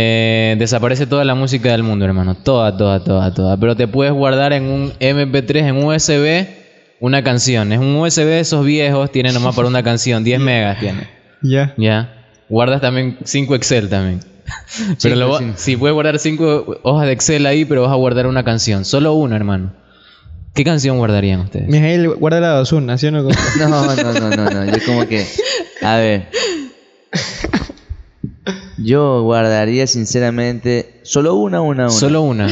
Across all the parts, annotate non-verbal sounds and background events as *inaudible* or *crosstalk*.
Eh, desaparece toda la música del mundo, hermano. Toda, toda, toda, toda. Pero te puedes guardar en un MP3, en USB, una canción. Es un USB de esos viejos, tiene nomás para una canción. 10 megas tiene. Ya. Ya. Guardas también 5 Excel también. Pero lo va- sí. si puedes guardar 5 hojas de Excel ahí, pero vas a guardar una canción. Solo una, hermano. ¿Qué canción guardarían ustedes? Mijael, guarda la de Ozuna, ¿sí o no? No, no, no, no, no. Yo como que. A ver. Yo guardaría sinceramente solo una, una, una. Solo una.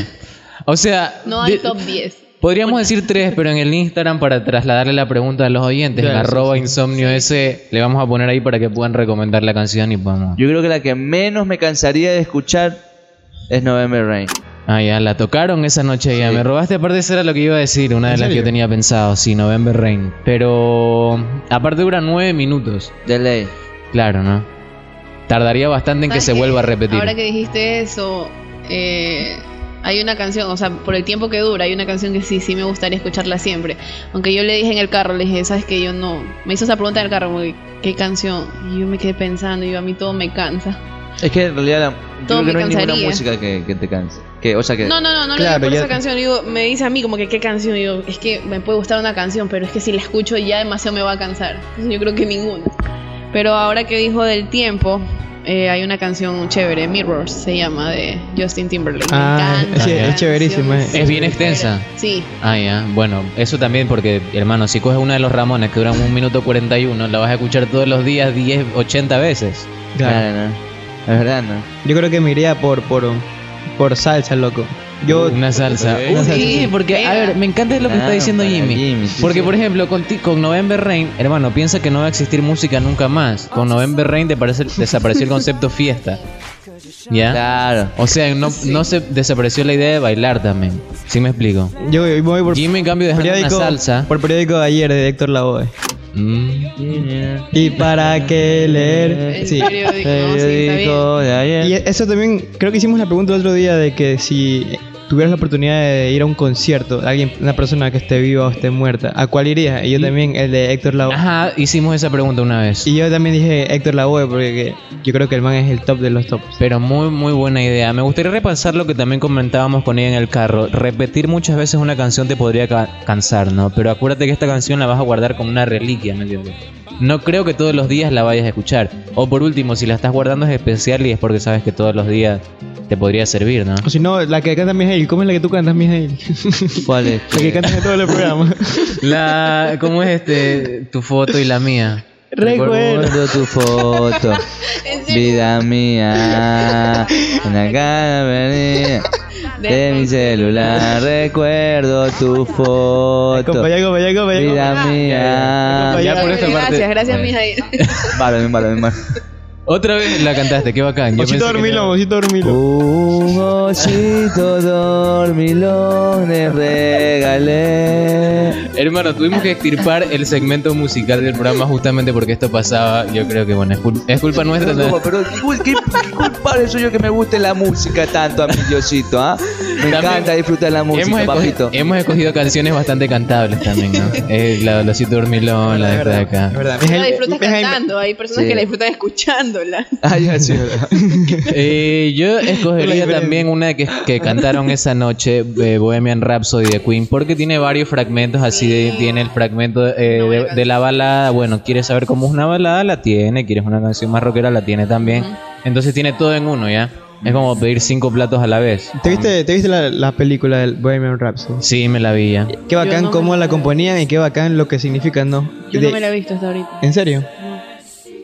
O sea, No hay de- top 10. podríamos decir tres, pero en el Instagram para trasladarle la pregunta a los oyentes, en Claro, sí, arroba insomnio ese, le vamos a poner ahí para que puedan recomendar la canción y podamos... Yo creo que la que menos me cansaría de escuchar es November Rain. Ah, ya, la tocaron esa noche ya. Me robaste, aparte eso era lo que iba a decir, una de ¿En las que yo serio? tenía pensado, sí, November Rain. Pero aparte dura nueve minutos, De ley. claro, ¿no? Tardaría bastante en que ¿Sabes se qué? vuelva a repetir. Ahora que dijiste eso, eh, hay una canción, o sea, por el tiempo que dura, hay una canción que sí, sí me gustaría escucharla siempre. Aunque yo le dije en el carro, le dije, ¿sabes que Yo no. Me hizo esa pregunta en el carro, como que, ¿qué canción? Y yo me quedé pensando, y yo, a mí todo me cansa. Es que en realidad la, yo Todo creo que no me hay ninguna cansaría. música que, que te canse. Que, o sea que. No, no, no, no Claro, le digo por ya- esa canción. Digo, me dice a mí, como que, ¿qué canción? Y yo, es que me puede gustar una canción, pero es que si la escucho ya demasiado me va a cansar. Entonces, Yo creo que ninguna. Pero ahora que dijo del tiempo. eh, hay una canción chévere, Mirrors se llama, de Justin Timberlake. Me Ah, encanta sí, esa es canción. chéverísima, eh. Es bien extensa. Sí, Ah, ya. Bueno, eso también porque, hermano, si coges una de los Ramones que duran un minuto 41, la vas a escuchar todos los días 10, 80 veces. Claro. *laughs* Claro, no. La verdad, no. Yo creo que me iría por, por, por salsa, loco. Yo, Una salsa. Una Uy, salsa, sí, sí. porque, a ver, me encanta lo que está Claro, diciendo Ah, para Jimmy. Jimmy, sí, porque, sí. por ejemplo, con, ti- con November Rain, hermano, piensa que no va a existir música nunca más. Con November Rain te parece- desapareció el concepto fiesta. ¿Ya? Claro. O sea, no, no se desapareció la idea de bailar también. ¿Sí me explico? yo me voy por Jimmy, en cambio, dejando una periódico, salsa. por periódico de ayer de Héctor Lavoe. Mm. ¿Y para qué leer? El Sí. periódico, no, sí, está bien. Periódico de ayer. Y eso también, creo que hicimos la pregunta el otro día de que si tuvieras la oportunidad de ir a un concierto, alguien, una persona que esté viva o esté muerta, ¿a cuál irías? Y yo también, el de Héctor Lavoe. Ajá, hicimos esa pregunta una vez. Y yo también dije Héctor Lavoe porque que- yo creo que el man es el top de los tops. Pero muy, muy buena idea. Me gustaría repasar lo que también comentábamos con ella en el carro. Repetir muchas veces una canción te podría ca- cansar, ¿no? Pero acuérdate que esta canción la vas a guardar como una reliquia, ¿me entiendes? No creo que todos los días la vayas a escuchar. O por último, si la estás guardando es especial y es porque sabes que todos los días te podría servir, ¿no? O si no, la que canta Mijail, ¿cómo es la que tú cantas Mijail? ¿Cuál es? la que cantas en todos los *laughs* programas. *laughs* La, ¿Cómo es este? Tu foto y la mía. Recuerdo tu foto, vida mía, en la caverna de mi celular. Recuerdo tu foto, Acompaña, acompaña, acompaña. vida mía. Ya por esta gracias, parte- gracias, mija. *laughs* Vale, bien, vale, bien, vale. Otra vez la cantaste, qué bacán. Yo pensé Osito que dormilón, no. osito dormilón. Un osito dormilón le regalé. Hermano, tuvimos que extirpar el segmento musical del programa justamente porque esto pasaba. Yo creo que, bueno, es, cul- es culpa nuestra. Pero, ¿no? ¿cómo? pero ¿qué, cul- qué- qué culpable soy yo que me guste la música tanto a mi Diosito, ¿ah? Me También encanta disfrutar la Hemos música, escogido, papito. hemos escogido canciones bastante cantables también, ¿no? Eh, la de Osito Dormilón, la de esta de acá. Es verdad. No la Mijail- disfrutas Mijail- cantando, hay personas Sí. que la disfrutan escuchándola. Ah, Ay, así, ¿verdad? *laughs* Eh, yo escogería diferencia. también una que, que cantaron esa noche, eh, Bohemian Rhapsody de Queen, porque tiene varios fragmentos, así de- tiene el fragmento eh, de, de la balada, bueno, quieres saber cómo es una balada, la tiene, quieres una canción más rockera, la tiene también. Entonces tiene todo en uno, ¿ya? Es como pedir cinco platos a la vez. ¿Te viste, te viste la, la película del Bohemian Rhapsody? Sí, me la vi ya. Qué bacán no me cómo la- la componían y qué bacán lo que significa, ¿no? Yo De- no me la he visto hasta ahorita. ¿En serio?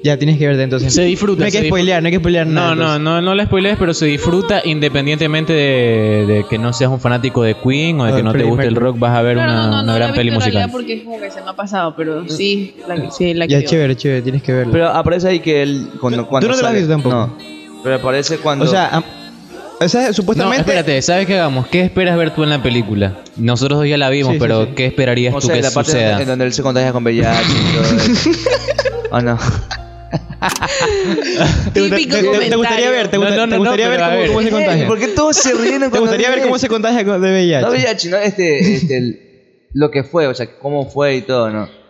Ya tienes que verte entonces. Se disfruta, No hay se que disfruta. spoilear, no hay que spoilear nada. No, no, entonces. no, no la spoilees, pero se disfruta independientemente de, de que no seas un fanático de Queen o de O que de no te Freddie guste el Mercury. rock, vas a ver Claro, una, no, no, una no la he gran visto Ah, peli en realidad musical. porque es como que se me ha pasado, pero sí, la, sí, la Ya, quiero. chévere, chévere, tienes que verlo. Pero aparece ahí que él cuando, Tú- cuando tú no te lo has sale- visto tampoco. No. Pero aparece cuando o sea, am- o sea, No, supuestamente. espérate, ¿sabes qué hagamos? ¿Qué esperas ver tú en la película? Nosotros dos ya la vimos, Sí, sí, pero sí. ¿qué esperarías o tú sea, que la parte suceda? donde, en donde él se contagia con VIH y todo eso. *laughs* Ah, no. Típico *laughs* te, te- te comentario. gustaría ver, te, No, gusta- no, no, te gustaría no, ver pero cómo, a ver. cómo se contagia. ¿Por qué todos se ríen ¿Te gustaría ver cómo se contagia con de No VIH? VIH, no este, este el- lo que fue, o sea, cómo fue y todo, ¿no?